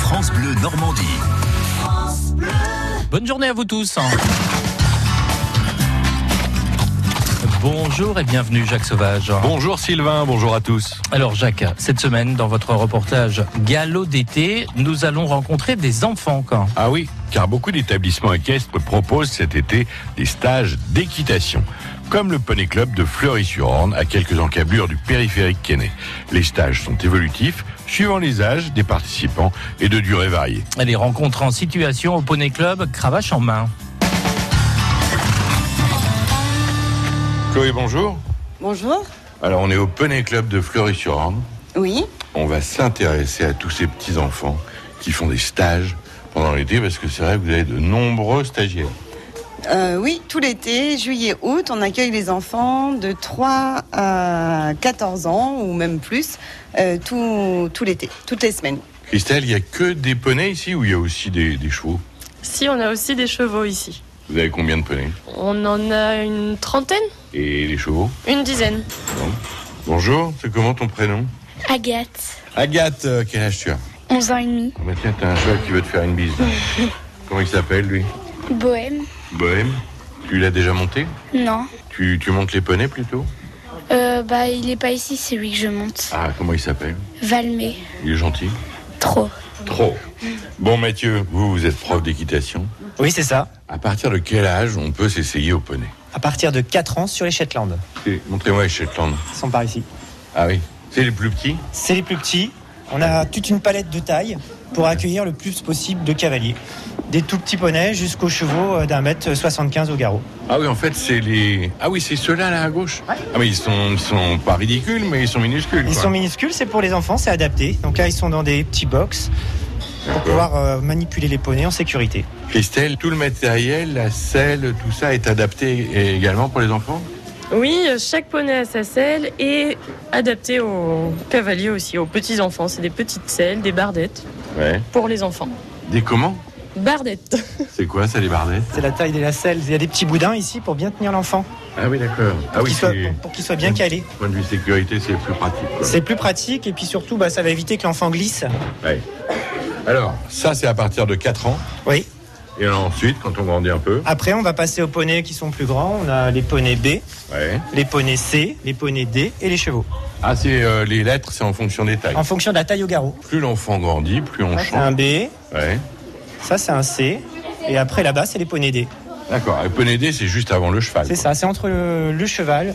France Bleu Normandie. Bonne journée à vous tous. hein. Bonjour et bienvenue Jacques Sauvage. Bonjour Sylvain, bonjour à tous. Alors Jacques, cette semaine dans votre reportage Galop d'été, nous allons rencontrer des enfants quand Ah oui, car beaucoup d'établissements équestres proposent cet été des stages d'équitation. Comme le Poney Club de Fleury-sur-Orne, à quelques encablures du périphérique Quénet. Les stages sont évolutifs, suivant les âges des participants et de durée variée. Les rencontres en situation au Poney Club, cravache en main. Chloé, bonjour. Bonjour. Alors, on est au Poney Club de Fleury-sur-Orne. Oui. On va s'intéresser à tous ces petits-enfants qui font des stages pendant l'été, parce que c'est vrai que vous avez de nombreux stagiaires. Euh, oui, tout l'été, juillet, août, on accueille les enfants de 3 à 14 ans ou même plus, euh, tout, tout l'été, toutes les semaines. Christelle, il n'y a que des poneys ici ou il y a aussi des, des chevaux Si, on a aussi des chevaux ici. Vous avez combien de poneys On en a une trentaine Et les chevaux Une dizaine Bonjour, c'est comment ton prénom Agathe, Agathe, euh, quel âge tu as 11 ans et demi, Ah bah Tiens, t'as un cheval qui veut te faire une bise. là. comment il s'appelle lui bohème, Bohème. Tu l'as déjà monté non. tu, tu montes les poneys plutôt Euh, bah, il est pas ici, c'est lui que je monte. Ah, comment il s'appelle Valmé, Il est gentil trop. Trop. Bon Mathieu, vous, vous êtes prof d'équitation. Oui, c'est ça. À partir de quel âge on peut s'essayer au poney À partir de 4 ans sur les Shetland. Et Montrez-moi les Shetland. Ils sont par ici. Ah oui, c'est les plus petits C'est les plus petits. On a toute une palette de tailles pour accueillir le plus possible de cavaliers. Des tout petits poneys jusqu'aux chevaux euh, d'un mètre 75 au garrot. Ah oui, en fait, c'est les... Ah oui, c'est ceux-là, là, à gauche Ah mais ils sont, ils sont pas ridicules, mais ils sont minuscules. Ils quoi. sont minuscules, c'est pour les enfants, c'est adapté. Donc là, ils sont dans des petits box pour pouvoir euh, manipuler les poneys en sécurité. Christelle, tout le matériel, la selle, tout ça est adapté également pour les enfants Oui, chaque poney a sa selle et adapté aux cavaliers aussi, aux petits enfants. C'est des petites selles, des bardettes Ouais. pour les enfants. Des comment Bardettes C'est quoi ça, les bardettes C'est la taille des lacelles. Il y a des petits boudins ici pour bien tenir l'enfant, Ah oui, d'accord. Ah pour oui, qu'il soit- c'est... pour- pour qu'il soit bien calé. Point de vue sécurité, c'est plus pratique. quoi. C'est plus pratique et puis surtout, bah, ça va éviter que l'enfant glisse. Ouais. Alors, ça, c'est à partir de 4 ans. Oui. Et alors, ensuite, quand on grandit un peu. Après, on va passer aux poneys qui sont plus grands. On a les poneys B, Ouais. les poneys C, les poneys D et les chevaux. Ah, c'est euh, les lettres, c'est en fonction des tailles. En fonction de la taille au garrot. Plus l'enfant grandit, plus on Ça, c'est un change. B, Ouais. ça, c'est un C. Et après, là-bas, c'est les poneys D. D'accord. Et Ponédé, c'est juste avant le cheval. C'est quoi. ça, c'est entre le, le cheval,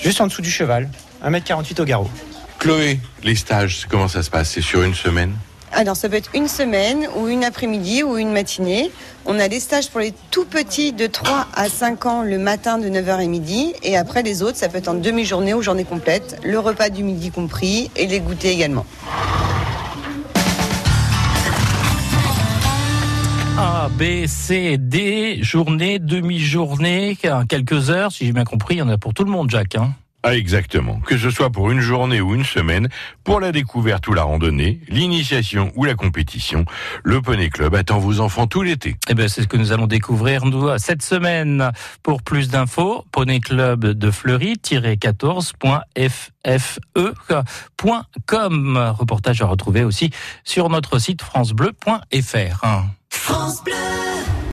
juste en dessous du cheval. 1m48 au garrot. Chloé, les stages, comment ça se passe C'est sur une semaine Alors ça peut être une semaine ou une après-midi ou une matinée. On a des stages pour les tout petits de 3 à 5 ans le matin de 9h et midi. Et après les autres, ça peut être en demi-journée ou journée complète, le repas du midi compris et les goûters également. A, B, C, D, journée, demi-journée, quelques heures, si j'ai bien compris, il y en a pour tout le monde Jacques. hein. Ah, exactement. Que ce soit pour une journée ou une semaine, pour la découverte ou la randonnée, l'initiation ou la compétition, le Poney Club attend vos enfants tout l'été. Eh bien, c'est ce que nous allons découvrir nous cette semaine. Pour plus d'infos, poneyclub de E Fleury-14.ffe.com. Reportage à retrouver aussi sur notre site francebleu.fr. France Bleu.